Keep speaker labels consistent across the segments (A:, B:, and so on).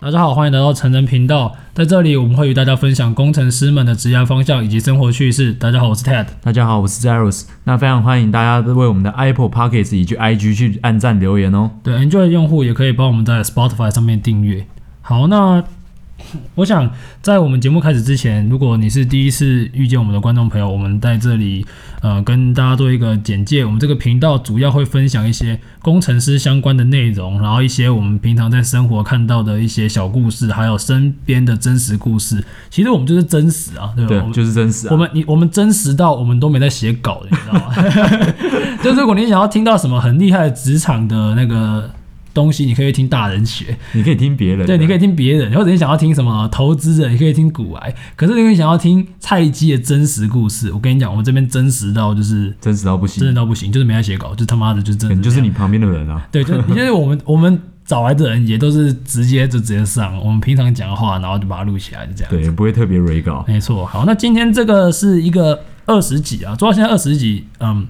A: 大家好，欢迎来到成人频道，在这里我们会与大家分享工程师们的职业方向以及生活趣事。大家好，我是 Ted。
B: 大家好，我是 Zeros。那非常欢迎大家为我们的 Apple Pockets 以及 IG 去按赞留言哦。
A: 对 Android 用户也可以帮我们在 Spotify 上面订阅。好，那 我想在我们节目开始之前，如果你是第一次遇见我们的观众朋友，我们在这里呃跟大家做一个简介。我们这个频道主要会分享一些工程师相关的内容，然后一些我们平常在生活看到的一些小故事，还有身边的真实故事。其实我们就是真实啊，对吧？
B: 对
A: 我，们
B: 就是真实
A: 我
B: 啊。
A: 们你我们真实到我们都没在写稿的，你知道吗？ 就是如果你想要听到什么很厉害的职场的那个东西，你可以听大人学，
B: 你可以听别人的，
A: 对，你可以听别人，或者你想要听什么投资人，你可以听古癌。可是如果你想要听菜鸡的真实故事，我跟你讲，我们这边真实到就是
B: 真实到不
A: 真
B: 行
A: 的，到不行，就是没在写稿，就他妈的就
B: 可
A: 真的
B: 能
A: 这
B: 就
A: 样，
B: 是你旁边的人啊。
A: 对，就就是我们我们找来的人也都是直接就直接上，我们平常讲的话，然后就把它录起来，就这样。
B: 对，不会特别 re 稿。
A: 没错，好，那今天这个是一个二十集啊，做到现在二十集，嗯，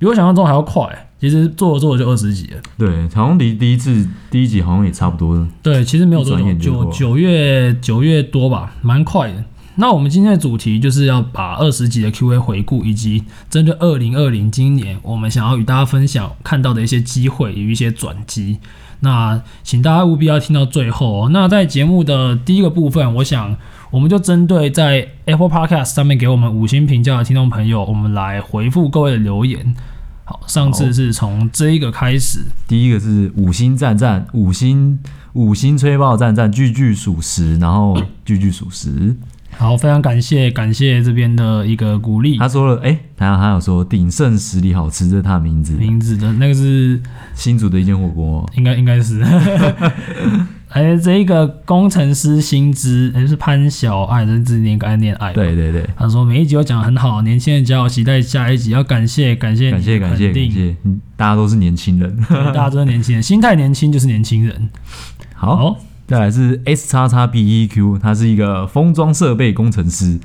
A: 比我想象中还要快、其实做着做着就二十集了。
B: 对，好像离第一次第一集好像也差不多了。
A: 对，其实没有多
B: 一转眼
A: 久，
B: 就
A: 九
B: 过
A: 九月九月多吧，蛮快的。那我们今天的主题就是要把二十集的 Q&A 回顾，以及针对二零二零今年我们想要与大家分享看到的一些机会与一些转机。那请大家务必要听到最后、哦。那在节目的第一个部分，我想我们就针对在 Apple Podcast 上面给我们五星评价的听众朋友，我们来回复各位的留言。好，上次
B: 好
A: 是从这一个开始，
B: 第一个是五星赞赞，五星五星吹爆赞赞，句句属实，然后句句属实。
A: 好，非常感谢感谢这边的一个鼓励。
B: 他说了，哎，他他有说鼎盛十里好吃，这是他的名字。
A: 名字的那个是
B: 新竹的一间火锅，
A: 应该应该是， 哎，这一个工程师薪资，哎是潘小爱，这是恋爱恋爱。，
B: 对对对，
A: 他说每一集都讲得很好，年轻人加油，期待下一集，要感谢感谢
B: 感谢
A: 你的
B: 感谢
A: 肯定
B: 感，谢，嗯大家都是年轻人。
A: 对大家都是年轻人，心态年轻就是年轻人。哦
B: 好，再来是 S 叉叉 B E Q，他是一个封装设备工程师。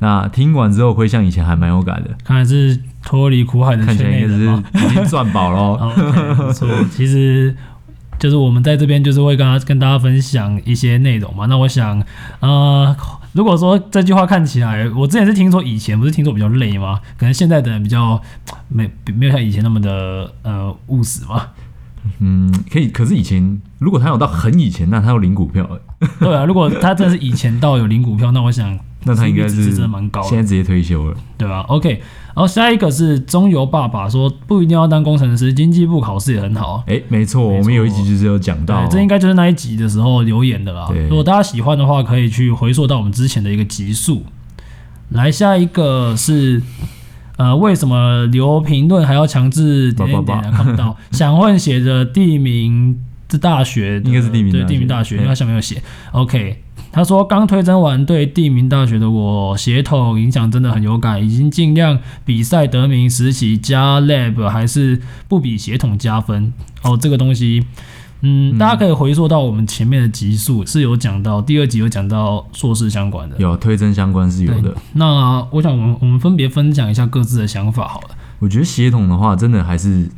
B: 那听完之后，回想以前还蛮有感的，
A: 看来是脱离苦海的
B: 看起
A: 圈
B: 来
A: 内
B: 应该
A: 人
B: 是
A: 嘛。
B: 已经赚饱 喽。
A: 哦，OK，不错， 其实就是我们在这边就是会跟他跟大家分享一些内容嘛。那我想，呃，如果说这句话看起来，我之前是听说以前不是听说比较累吗？可能现在的人比较没没有像以前那么的呃务 实嘛。
B: 嗯，可以。可是以前如果他有到很以前，那他要领股票、欸
A: 对啊，如果他真的是以前到有领股票，那我想
B: 那他应该
A: 几率
B: 是
A: 真的蛮高的
B: 现在直接退休了。
A: 对吧、o k 然后下一个是中油爸爸说不一定要当工程师，经济部考试也很好。
B: 哎、没错，
A: 没错
B: 我们有一集就是有讲到
A: 对，，这应该就是那一集的时候留言的啦。
B: 哦对
A: 如果大家喜欢的话，可以去回溯到我们之前的一个集数。来，下一个是，呃，为什么留评论还要强制点点点啊？看 不到，想问写的地名这大学的，
B: 应该是地名大
A: 对
B: 学
A: 地名大学，因为
B: 对
A: 它上面有写。OK，他说刚推甄完对地名大学的我协同影响真的很有感，已经尽量比赛得名实习加 lab 还是不比协同加分哦，这个东西。嗯，大家可以回溯到我们前面的集数是有讲到，第二集有讲到硕士相关的。
B: 有推甄相关是有的
A: 对。，那、我想我们我们分别分享一下各自的想法好了。
B: 我觉得协同的话，真的还是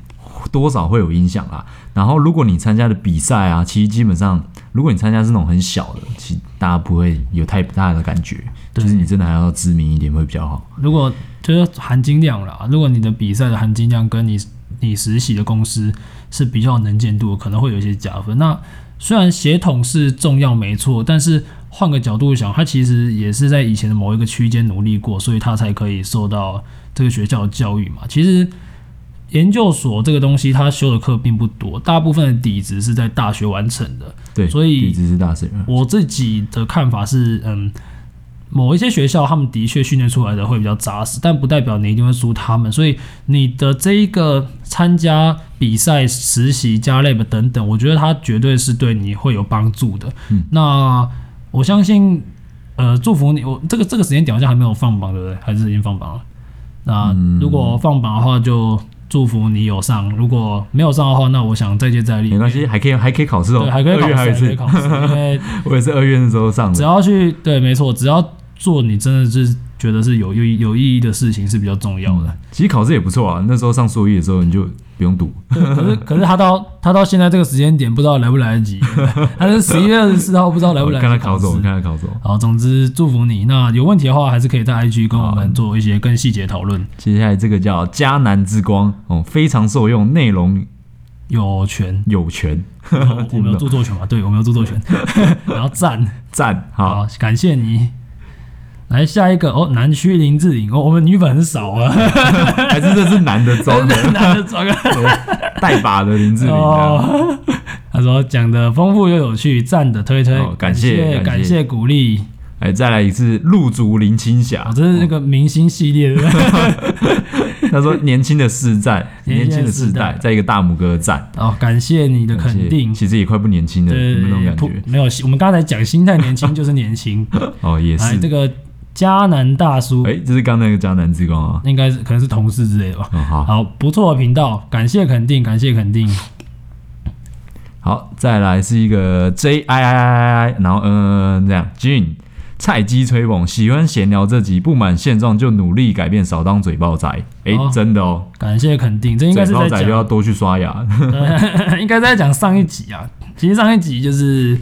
B: 多少会有影响啦。然后，如果你参加的比赛啊，其实基本上，如果你参加是那种很小的，其实大家不会有太大的感觉。
A: 对
B: 就是你真的还要知名一点会比较好。
A: 如果就是含金量啦，如果你的比赛的含金量跟你你实习的公司是比较有能见度的，可能会有一些加分。那虽然协同是重要没错，但是换个角度想，它其实也是在以前的某一个区间努力过，所以它才可以受到这个学校的教育嘛。其实研究所这个东西，它修的课并不多，大部分的底子是在大学完成的。
B: 对，
A: 所以
B: 底子是大神。
A: 我自己的看法是，嗯，某一些学校他们的确训练出来的会比较扎实，但不代表你一定会输他们。所以你的这一个参加比赛、实习、加 lab 等等，我觉得它绝对是对你会有帮助的。
B: 嗯
A: 那我相信，呃，祝福你。我这个这个时间点好像还没有放榜，对不对？还是已经放榜了？那
B: 嗯
A: 如果放榜的话，就祝福你有上；如果没有上的话，那我想再接再厉。
B: 没关系，还可以还可以考试哦，
A: 对，还可以
B: 二
A: 考试，
B: 月还有一
A: 还可以
B: 次，
A: 考试，因为
B: 我也是二月的时候上
A: 只
B: 的。
A: 要去对，没错，只要做你真的是觉得是有有有意义的事情是比较重要的。
B: 其实考试也不错啊，那时候上硕一的时候你就不用读，
A: 可是可是他到他到现在这个时间点不知道来不来得及，他是十一月二十四号不知道来不来
B: 看
A: 得
B: 哦他
A: 及
B: 考
A: 试
B: 走，看他考走。
A: 好，总之祝福你。那有问题的话，还是可以在 IG 跟我们做一些更细节讨论。
B: 接下来这个叫迦南之光哦，非常受用，内容
A: 有权，
B: 有权，
A: 我没有著作权嘛？对，我没有著 作权。然后赞，
B: 赞好。
A: 好，感谢你。来下一个哦，南区林志颖哦，我们女粉很少 啊，
B: 还是这是男的装的
A: 男的装啊。
B: 带把的林志玲啊，
A: 哦， 他说讲的丰富又有趣，赞的推推
B: 好，哦感谢
A: 谢
B: 感谢
A: 感谢鼓励。
B: 哎，再来一次陆竹林青霞
A: 哦，，这是那个明星系列的，
B: 他说年轻的世代，
A: 年
B: 年
A: 轻
B: 轻
A: 的
B: 的
A: 世
B: 世
A: 代
B: 代，在一个大拇哥赞，
A: 哦，感谢你的
B: 感谢
A: 肯定。
B: 其实也快不年轻了，有
A: 对
B: 没有那
A: 对
B: 种
A: 对
B: 感，
A: 没有，我们刚才讲心态年轻就是年 轻，
B: 觉？哦，也
A: 哎，
B: 是
A: 这，个迦南大叔
B: 哎，这是刚那个迦南之光啊，
A: 应该是可能是同事之类的吧。
B: 嗯，好
A: 好，不错的频道，感谢肯定，感谢肯定。
B: 好，再来是一个 J I I I I，然后嗯嗯嗯这样 Jin。菜鸡吹捧，喜欢闲聊这集，不满现状就努力改变，少当嘴炮仔。哎、
A: 哦
B: 真的哦，
A: 感谢肯定，这应
B: 嘴
A: 该是
B: 炮
A: 在
B: 仔就要
A: 讲，
B: 多去刷牙。
A: 呃 应该在讲上一集啊。其实上一集就是，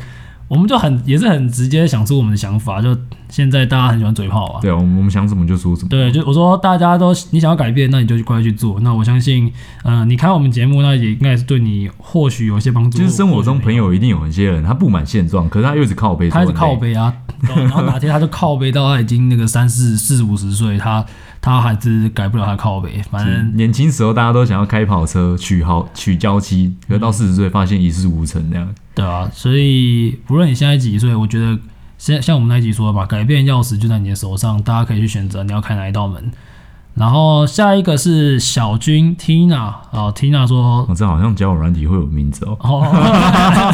A: 我们就很也是很直接想出我们的想法，就现在大家很喜欢嘴炮啊。
B: 对，我们我们想什么就说什么。
A: 对，就我说大家都你想要改变，那你就快去做。那我相信，呃，你看我们节目，那也应该是对你或许有一些帮助。
B: 就是生活中
A: 或许没有
B: 朋友一定有一些人，他不满现状，可是他又一直靠背，
A: 他一直
B: 说很
A: 靠
B: 累，
A: 背啊，然后哪天他就靠背到他已经那个三四四五十岁，他他还是改不了他靠背，反
B: 嗯
A: 正
B: 年轻时候大家都想要开跑车、娶好娶娇妻，可是到四十岁发现一事无成那样。
A: 对啊，所以不论你现在几岁，我觉得像像我们那一集说的吧，改变钥匙就在你的手上，大家可以去选择你要开哪一道门。然后下一个是小军 Tina 啊、Tina 说。
B: 哦，这好像交友软体会有名字哦。
A: 哦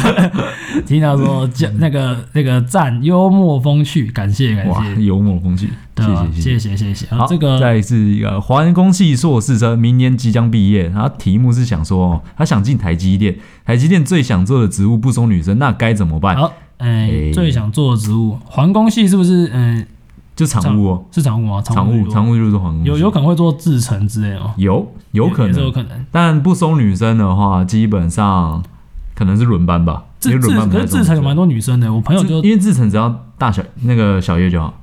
A: ，Tina 说：“这那个那个赞，幽默风趣，感谢感
B: 哇，
A: 谢，
B: 幽默风趣，
A: 对啊
B: 谢谢谢
A: 谢
B: 谢。
A: 谢谢谢。然
B: 好
A: 后，这个
B: 再来是一个华人工系硕士生，明年即将毕业。他题目是想说，哦，他想进台积电，台积电最想做的职务不收女生，那该怎么办？
A: 好，哎、
B: 哎
A: 最想做的职务，环工系是不是？嗯、
B: 就常务哦，
A: 是常务吗？
B: 常务
A: 务，
B: 常务就是环工系，
A: 有有可能会做制程之类的吗？
B: 有有可
A: 也是
B: 能
A: 有，可能。
B: 但不收女生的话，基本上可能是轮班吧，因
A: 制
B: 为
A: 制
B: 轮班不
A: 可
B: 太
A: 是
B: 收
A: 制程有蛮
B: 女
A: 多女生的，我朋友
B: 生
A: 就
B: 因为志成只要大小那个小月就好。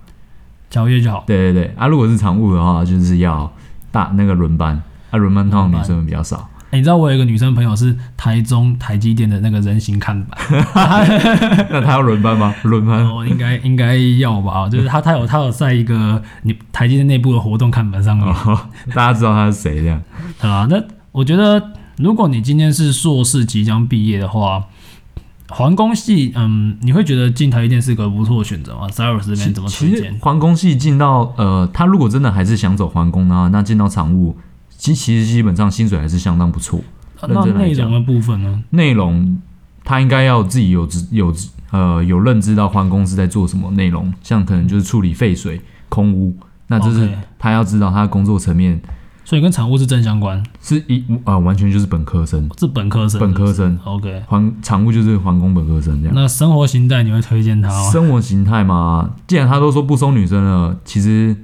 A: 小月就好。
B: 对对对，啊，如果是常务的话，就是要大那个轮班，啊，轮班通常女生会比较 少。
A: 哎你知道我有一个女生朋友是台中台积电的那个人形看板，
B: 那他要轮班吗？轮班
A: 我应该应该要吧？就是她她有她有在一个你台积电内部的活动看板上面，
B: 哦，大家知道他是谁这 样。
A: 对啊，那我觉得，如果你今天是硕士即将毕业的话，环工系，嗯，你会觉得进台积电是个不错的选择吗？Cyrus 这边怎么推
B: 其实
A: 荐？
B: 环工系进到呃，他如果真的还是想走环工的话，那进到常务，其其实基本上薪水还是相当不错。认
A: 那
B: 真来
A: 内
B: 讲
A: 容的部分呢？
B: 内容，他应该要自己有知有知呃有认知到环公司在做什么内容，像可能就是处理废水、空污，那这是
A: OK
B: 他要知道他的工作层面
A: 所以跟产物是正相关，
B: 是一啊、呃完全就是本科生，
A: 是本科生。
B: 本科生
A: OK，
B: 环常务就是环工本科生这样。
A: 那生活形态你会推荐他吗？
B: 生活形态嘛，既然他都说不收女生了，其实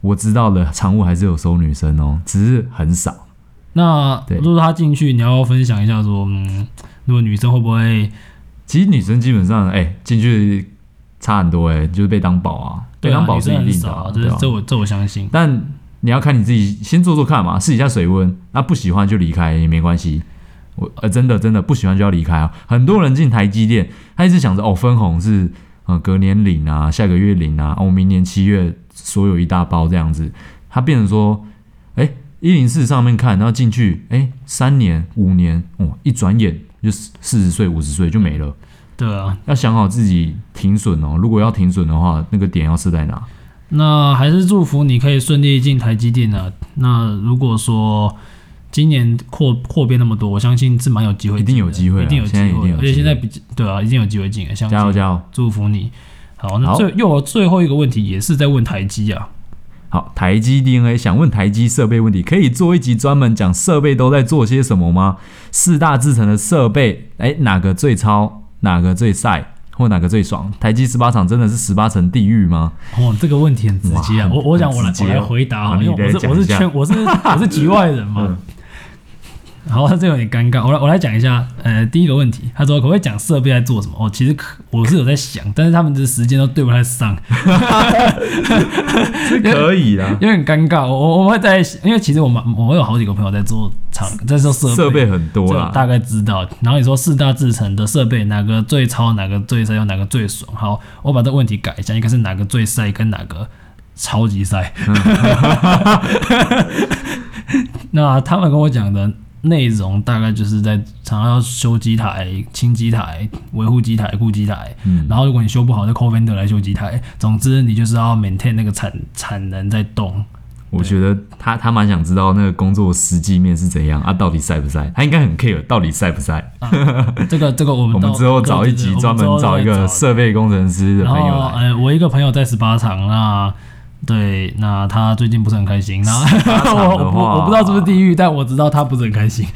B: 我知道的常务还是有收女生哦，只是很少。
A: 那
B: 对
A: 如果他进去，你要分享一下说，嗯，如果女生会不会？
B: 其实女生基本上哎进、去差很多哎、就是被当宝啊，被
A: 对啊
B: 当，宝
A: 女
B: 是
A: 生
B: 一
A: 很
B: 定
A: 少
B: 的、
A: 啊，
B: 对
A: 这
B: 啊
A: 这我这我相信。
B: 但你要看你自己，先做做看嘛，试一下水温。那不喜欢就离开也没关系。我呃，真的真的不喜欢就要离开啊！很多人进台积电，他一直想着哦，分红是呃隔年领啊，下个月领啊，哦，我明年七月所有一大包这样子。他变成说，哎，一零四上面看，然后进去，哎，三年五年，哦，一转眼就四十岁五十岁就没了。
A: 对啊，
B: 要想好自己停损哦，如果要停损的话，那个点要设在哪？
A: 那还是祝福你可以顺利进台积电啊。那如果说今年扩扩编那么多，我相信是蛮有机会进的，
B: 一定有机会啊
A: 一定有机
B: 现在一定
A: 会
B: 有
A: 的，
B: 机
A: 而
B: 会
A: 且现在比对啊，一定有机会进的，相
B: 加油
A: 信
B: 加油！
A: 祝福你。好，那
B: 好
A: 最又有最后一个问题也是在问台积啊，
B: 好，台积 DNA 想问台积设备问题，可以做一集专门讲设备都在做些什么吗？四大制成的设备，哎，哪个最超，哪个最晒？或哪个最爽？台积十八厂真的是十八层地狱吗？
A: 哦，这个问题很直接啊！
B: 哇
A: 我我想我来
B: 很直
A: 我
B: 接
A: 来回答
B: 啊
A: 哈，
B: 你
A: 因为我
B: 来
A: 是
B: 讲
A: 我是
B: 一下 嗯
A: 圈我是我是局外人嘛。好，这有点尴尬。我来我来讲一下，呃，第一个问题，他说可不可以讲设备在做什么？哦，其实可我是有在想，但是他们的时间都对不 太上，
B: 是可以啊，
A: 有点尴尬。我我我会在，因为其实我们我有好几个朋友在做厂，在做设
B: 设备很多
A: 这我
B: 啦。
A: 大概知道。然后你说四大制成的设备哪个最超，哪个最塞，哪个最爽？好，我把这个问题改一下，应该是哪个最塞跟哪个超级塞。 那他们跟我讲的内容大概就是在常常要修机台、清机台、维护机台、顾机台。
B: 嗯
A: 然后如果你修不好，就 call vendor 来修机台。总之，你就是要 maintain 那个产产能在动。
B: 我觉得他他蛮想知道那个工作实际面是怎样啊，到底晒不晒？他应该很 care 到底晒不晒。
A: 这个这个我们
B: 我们
A: 啊到
B: 之后找一集
A: 对对对
B: 专门
A: 我们之后
B: 找一
A: 再
B: 个设备工程师的
A: 然
B: 朋友
A: 后
B: 来。
A: 呃，我一个朋友在十八场，那对，那他最近不是很开心。然后
B: 场的
A: 我 我不
B: 话
A: 我不知道是不是地狱，但我知道他不是很开心。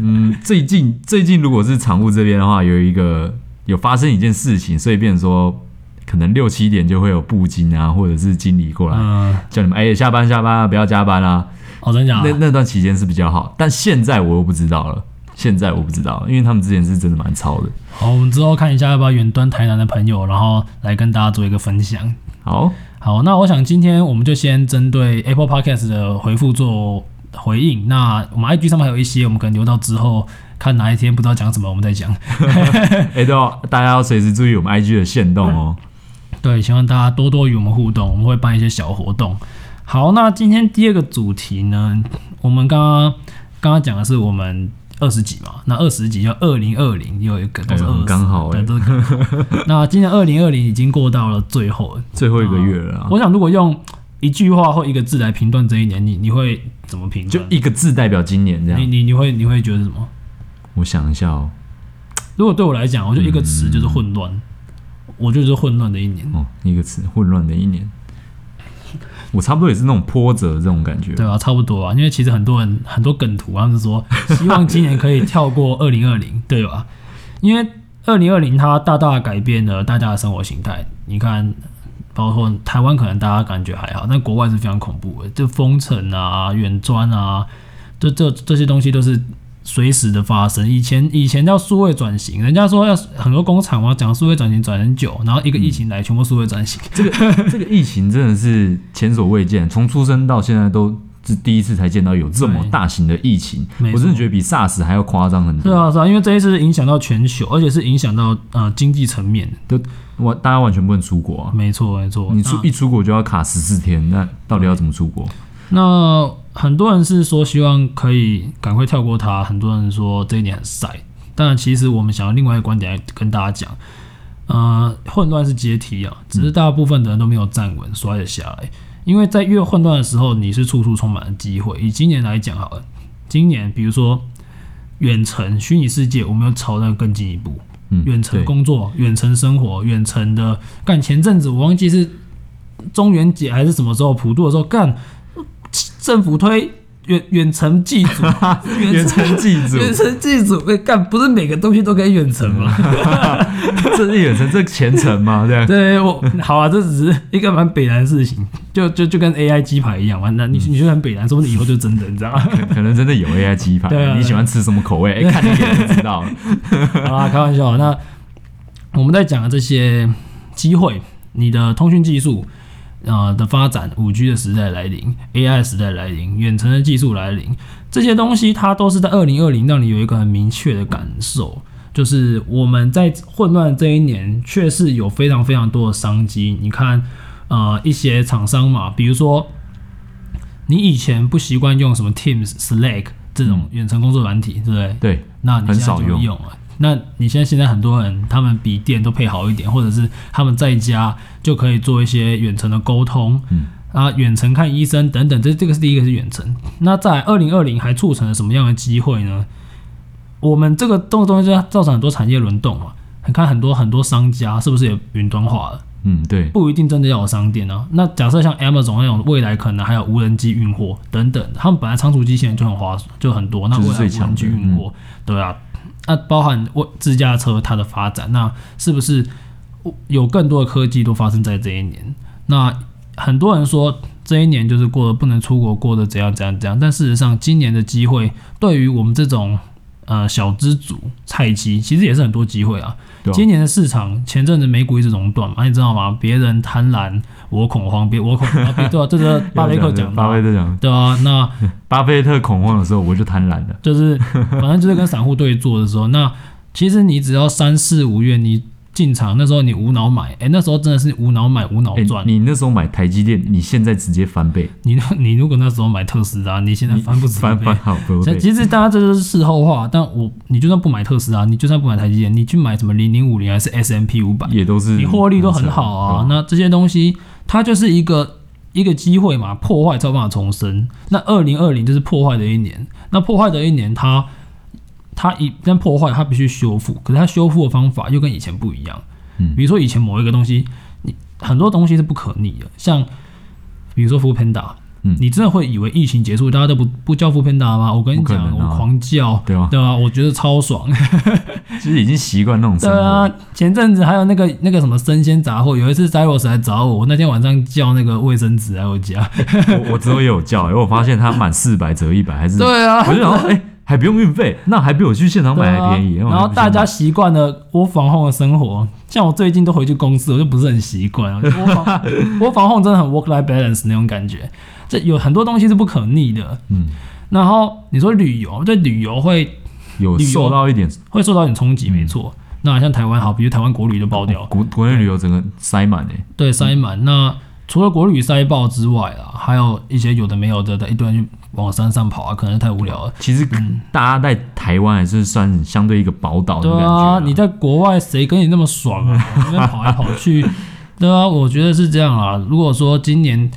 B: 嗯，最近最近如果是厂务这边的话，有一个有发生一件事情，所以变成说可能六七点就会有布金啊，或者是经理过来、
A: 嗯，
B: 叫你们哎、下班下班啊，不要加班啊。
A: 哦，真的假
B: 那
A: 的？
B: 那段期间是比较好，但现在我又不知道了。现在我不知道了，因为他们之前是真的蛮超的。
A: 好，我们之后看一下要不要远端台南的朋友，然后来跟大家做一个分享。
B: 好，
A: 好，那我想今天我们就先针对 Apple Podcast 的回复做回应。那我们 IG 上面还有一些，我们可能留到之后看哪一天不知道讲什么，我们再讲。
B: 哎、对哦，大家要随时注意我们 IG 的限动哦。
A: 对，希望大家多多与我们互动，我们会办一些小活动。好，那今天第二个主题呢，我们刚刚刚刚讲的是我们二十集嘛，那二十集就二零二零有一个都是
B: 哎
A: 二
B: 呦
A: 十、
B: 刚好哎
A: 对，都是刚好。那今年二零二零已经过到了最后了，
B: 最后一个月了啊、
A: 我想如果用一句话或一个字来评断这一年，你你会怎么评
B: 就
A: 断？
B: 一个字代表今年这
A: 你
B: 样。
A: 你你会你会觉得什么？
B: 我想一下哦，
A: 如果对我来讲，我就一个词就是混乱，我觉得就是混乱的一年。
B: 哦，一个词，混乱的一年。我差不多也是那种波折这种感觉。
A: 对啊，差不多啊，因为其实很多人很多梗图，他啊们是说希望今年可以跳 过二零二零，对吧？因为二零二零它大大改变了大家的生活形态。你看，包括台湾可能大家感觉还好，但国外是非常恐怖的，就封城啊、远端啊，这这这些东西都是随时的发生。以前以前叫数位转型，人家说要很多工厂嘛讲数位转型转很久，然后一个疫情来，全部数位转型。
B: 这个疫情真的是前所未见，从出生到现在都是第一次才见到有这么
A: 对
B: 大型的疫情
A: 没。错
B: 我真的觉得比 SARS 还要夸张很
A: 是
B: 多。
A: 啊，是啊，因为这一次是影响到全球，而且是影响到呃经济层面的。
B: 都我大家完全不能出国啊！
A: 没错，没错。
B: 你出
A: 那
B: 一出国就要卡十四天，那到底要怎么出国？
A: 那很多人是说希望可以赶快跳过它，很多人说这一点很晒。但其实我们想要另外一个观点来跟大家讲，呃，混乱是阶梯啊，只是
B: 嗯
A: 大部分的人都没有站稳，摔了下来。因为在越混乱的时候，你是处处充满了机会。以今年来讲好了，今年比如说远程虚拟世界，我们要朝那个更进一步。
B: 嗯，
A: 远程
B: 对
A: 工作、远程生活、远程的干。前阵子我忘记是中元节还是什么时候普渡的时候干，政府推远远程祭 祖，
B: 远程祭祖，
A: 远程祭祖，哎干不是每个东西都可以远程吗？
B: 这是远程，这虔诚吗？这样
A: 对我好啊，这只是一个蛮北南的事情，就就就跟 AI 鸡排一样嘛。那你你觉得很北南，说不定以后就真的，你知道吗？
B: 可能真的有 AI 鸡排
A: 对啊。
B: 你喜欢吃什么口味？哎，看你脸就知道了。
A: 好啦，开玩笑。那我们在讲的这些机会，你的通讯技术呃的发展，五 G 的时代来临，AI 的时代来临，远程的技术来临，这些东西它都是在二零二零让你有一个很明确的感受。就是我们在混乱的这一年，确实有非常非常多的商机。你看，呃，一些厂商嘛，比如说你以前不习惯用什么 Teams、Slack 这种远程工作软体，对不对？
B: 对，
A: 那你
B: 很
A: 现在
B: 少
A: 就
B: 用
A: 用了。那你现在现在很多人，他们笔电都配好一点，或者是他们在家就可以做一些远程的沟通，
B: 嗯
A: 啊，远程看医生等等，这这个是第一个是远程。那在二零二零还促成了什么样的机会呢？我们这个动东西就造成很多产业轮动嘛，你看很多很多商家是不是也云端化了？
B: 嗯，对，
A: 不一定真的要有商店啊。那假设像 Amazon 那种，未来可能还有无人机运货等等，他们本来仓储机器人就很划算，就很多，那
B: 这
A: 未
B: 是最
A: 来无
B: 强的
A: 人
B: 嗯
A: 机运货，对啊，那包含我自驾车它的发展，那是不是有更多的科技都发生在这一年。那很多人说这一年就是过得不能出国，过得怎样怎样怎样，但事实上今年的机会对于我们这种呃小资族菜鸡，其实也是很多机会啊。
B: 对啊
A: 今年的市场前阵子美股一直熔断嘛，你知道吗？别人贪婪，我恐慌，别我恐慌，啊别对啊，这 个巴菲特讲的
B: 巴
A: 啊，
B: 菲特讲，
A: 对啊，那。
B: 巴菲特恐慌的时候，我就贪婪了。
A: 就是反正就是跟散户对坐的时候，那其实你只要三四五月你进场，那时候你无脑买，哎、那时候真的是无脑买无脑
B: 哎、
A: 赚。
B: 你那时候买台积电，你现在直接翻倍，
A: 你你如果那时候买特斯拉，你现在翻不止
B: 翻
A: 倍
B: 翻。好多
A: 其
B: 倍。
A: 其实大家这就是事后话，但我你就算不买特斯拉，你就算不买台积电，你去买什么零零五零还是 S M P 五百，
B: 也都是
A: 你获利都很好啊。
B: 对
A: 那这些东西它就是一个一个机会嘛，破坏才有办法重生。那二零二零就是破坏的一年，那破坏的一年它，它一旦破坏，它必须修复，可是它修复的方法又跟以前不一样。
B: 嗯
A: 比如说以前某一个东西，你很多东西是不可逆的，像比如说 f o o Panda。
B: 嗯
A: 你真的会以为疫情结束，大家都不不叫 f o o Panda 吗？我跟你
B: 不可
A: 讲，
B: 能啊
A: 我狂叫，
B: 对啊
A: 对啊，我觉得超爽。
B: 其实已经习惯那种生
A: 对
B: 活。
A: 啊，前阵子还有那个那个什么生鲜杂货，有一次 Zeros 来找我，我那天晚上叫那个卫生纸来 我家。
B: 我我之后也有叫、欸，我发现它满四百折一百，还是
A: 对啊
B: 我就想说，哎、还不用运费，那还比我去现场买还便宜。
A: 对啊
B: 我
A: 然后
B: 就
A: 大家
B: 想
A: 习惯了窝防控的生活，像我最近都回去公司，我就不是很习 惯啊。窝防窝防控真的很 work life balance 那种感觉，这有很多东西是不可逆的。
B: 嗯，
A: 然后你说旅游，对旅游会
B: 有
A: 旅游
B: 受到一点
A: 会受到点冲击，没错。
B: 嗯
A: 那像台湾好，比如台湾国旅就爆掉，
B: 国国内旅游整个塞满哎、
A: 对，塞满。那除了国旅塞爆之外啊，还有一些有的没有的的，一堆人就往山上跑啊，可能太无聊了。
B: 其实大家在台湾还是算相对一个宝岛的
A: 对
B: 感觉、
A: 啊，你在国外谁跟你那么爽 啊？你在那边跑来跑去，对啊，我觉得是这样啊。如果说今年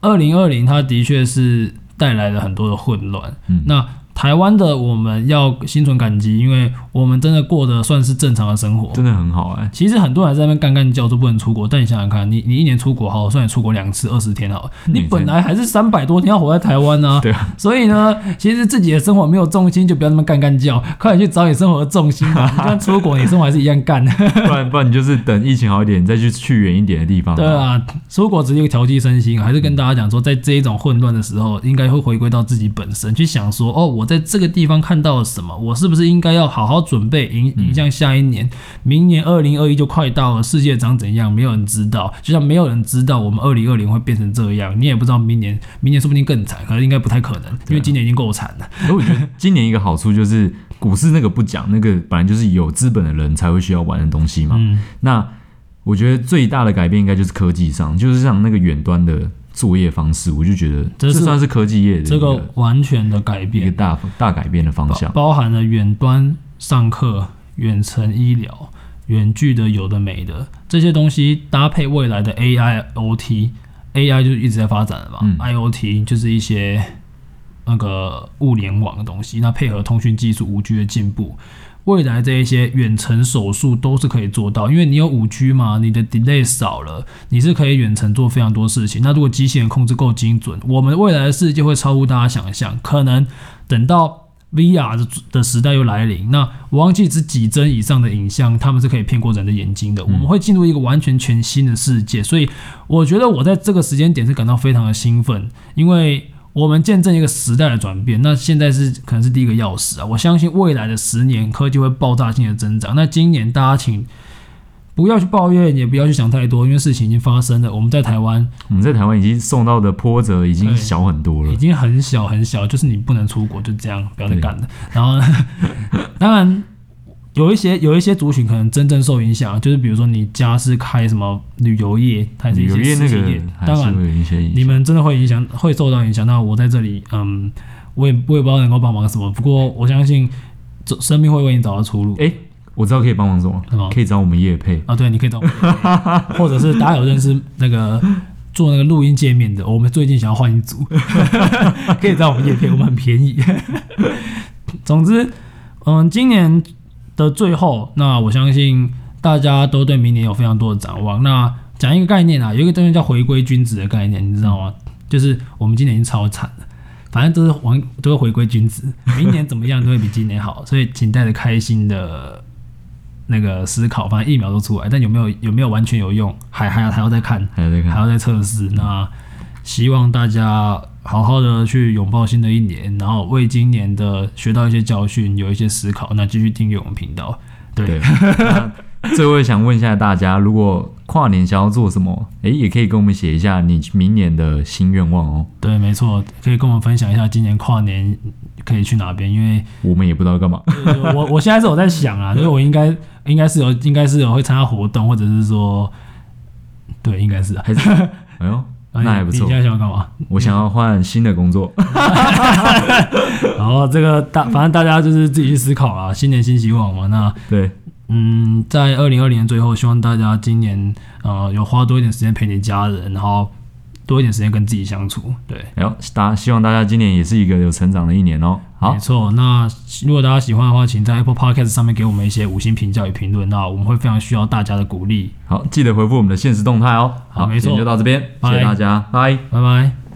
A: 二零二零，它的确是带来了很多的混乱。
B: 嗯
A: 那台湾的我们要心存感激，因为我们真的过得算是正常的生活。
B: 真的很好哎、
A: 其实很多人还在那边干干叫，说不能出国。但你想想看，你你一年出国好，我算你出国两次，二十天好了，
B: 嗯
A: 你本来还是三百多天要活在台湾呢、
B: 对啊，
A: 所以呢，其实自己的生活没有重心，就不要那么干干叫，快点去找你生活的重心 吧。你就算出国，你生活还是一样干。
B: 不然不 然你就是等疫情好一点，你再去去远一点的地方。
A: 对，啊，出国只是一个调剂身心，还是跟大家讲说，在这一种混乱的时候，应该会回归到自己本身，去想说，哦，我在这个地方看到了什么，我是不是应该要好好准备迎迎向下一年？明年二零二一就快到了，世界长怎样，没有人知道。就像没有人知道我们二零二零会变成这样，你也不知道明年，明年说不定更惨，可是应该不太可能，因为今年已经够惨了。
B: 所以我觉得今年一个好处就是股市那个不讲，那个本来就是有资本的人才会需要玩的东西嘛。
A: 嗯，
B: 那我觉得最大的改变应该就是科技上，就是像那个远端的作业方式，我就觉得
A: 这
B: 这
A: 是
B: 算是科技业的一
A: 这个
B: 个
A: 完全的改
B: 一个
A: 变，
B: 大大改变的方向。
A: 包含了远端上课、远程医疗、远距的有的没的这些东西，搭配未来的 AI、OT、AI 就一直在发展了嘛、
B: 嗯
A: i o t 就是一些那个物联网的东西，那配合通讯技术、五 G 的进步。未来这一些远程手术都是可以做到，因为你有五 G 嘛，你的 delay 少了，你是可以远程做非常多事情。那如果机器人控制够精准，我们未来的世界会超乎大家想象。可能等到 VR 的的时代又来临，那我忘记只几帧以上的影像，他们是可以骗过人的眼睛的。我们会进入一个完全全新的世界，所以我觉得我在这个时间点是感到非常的兴奋，因为。我们见证一个时代的转变，那现在是可能是第一个钥匙啊！我相信未来的十年科技会爆炸性的增长。那今年大家请不要去抱怨，也不要去想太多，因为事情已经发生了。我们在台湾
B: 我们在台湾已经受到的波折已经
A: 对
B: 小很多了
A: 哎已。经很小很小，就是你不能出国，就这样，不要再干了。然后， 当然有一些有一些族群可能真正受影响，啊就是比如说你家是开什么旅游业，它是
B: 旅
A: 一
B: 游
A: 些
B: 业
A: 实
B: 那
A: 体业，
B: 个还
A: 当
B: 是
A: 然
B: 会有一些影
A: 你
B: 响。
A: 们真的会影响，会受到影响。那我在这里，嗯，我也我也不知道能够帮忙什么，不过我相信，这生命会为你找到出路。
B: 哎，我知道可以帮忙什么
A: 什么，
B: 可以找我们叶配。
A: 啊，对，你可 以找我们或者是大家有认识那个做那个录音界面的，我们最近想要换一组，可以找我们叶片，我们很便宜。 总之，嗯，今年的最后，那我相信大家都对明年有非常多的展望。那讲一个概念啊，有一个东西叫回归均值的概念，你知道吗？就是我们今年已经超惨了。反正都是往都会回归均值，明年怎么样都会比今年好，所以请带着开心的那个思考，反正疫苗都出来，但有没有有没有完全有用，还还要还要再看，
B: 还有这
A: 还
B: 个，
A: 要再测试。那希望大家好好的去拥抱新的一年，然后为今年的学到一些教训，有一些思考。那继续订阅我们频道。对，
B: 对。那最后想问一下大家，如果跨年想要做什么，诶，也可以跟我们写一下你明年的新愿望哦。
A: 对，没错，可以跟我们分享一下今年跨年可以去哪边？因为
B: 我们也不知道干嘛。
A: 呃我我现在是有在想啊，就是我应该应该是有应该是有会参加活动，或者是说，对，应该是啊。
B: 哎呦，
A: 啊
B: 那还
A: 你嗯
B: 不错
A: 你现在想要干嘛？
B: 我想要换新的工作。
A: 然后这个大，反正大家就是自己去思考啦。新年新希望嘛，那
B: 对，
A: 嗯，在二零二零年最后，希望大家今年呃有花多一点时间陪你家人，然后多一点时间跟自己相处。对，
B: 哎呦，大家希望大家今年也是一个有成长的一年哦。好
A: 没，错。那如果大家喜欢的话，请在 Apple Podcast 上面给我们一些五星评价与评论，那我们会非常需要大家的鼓励。
B: 好，记得回复我们的现实动态哦。
A: 好没错
B: 今天就到这边，谢
A: 拜
B: 谢大家，拜。
A: 拜拜。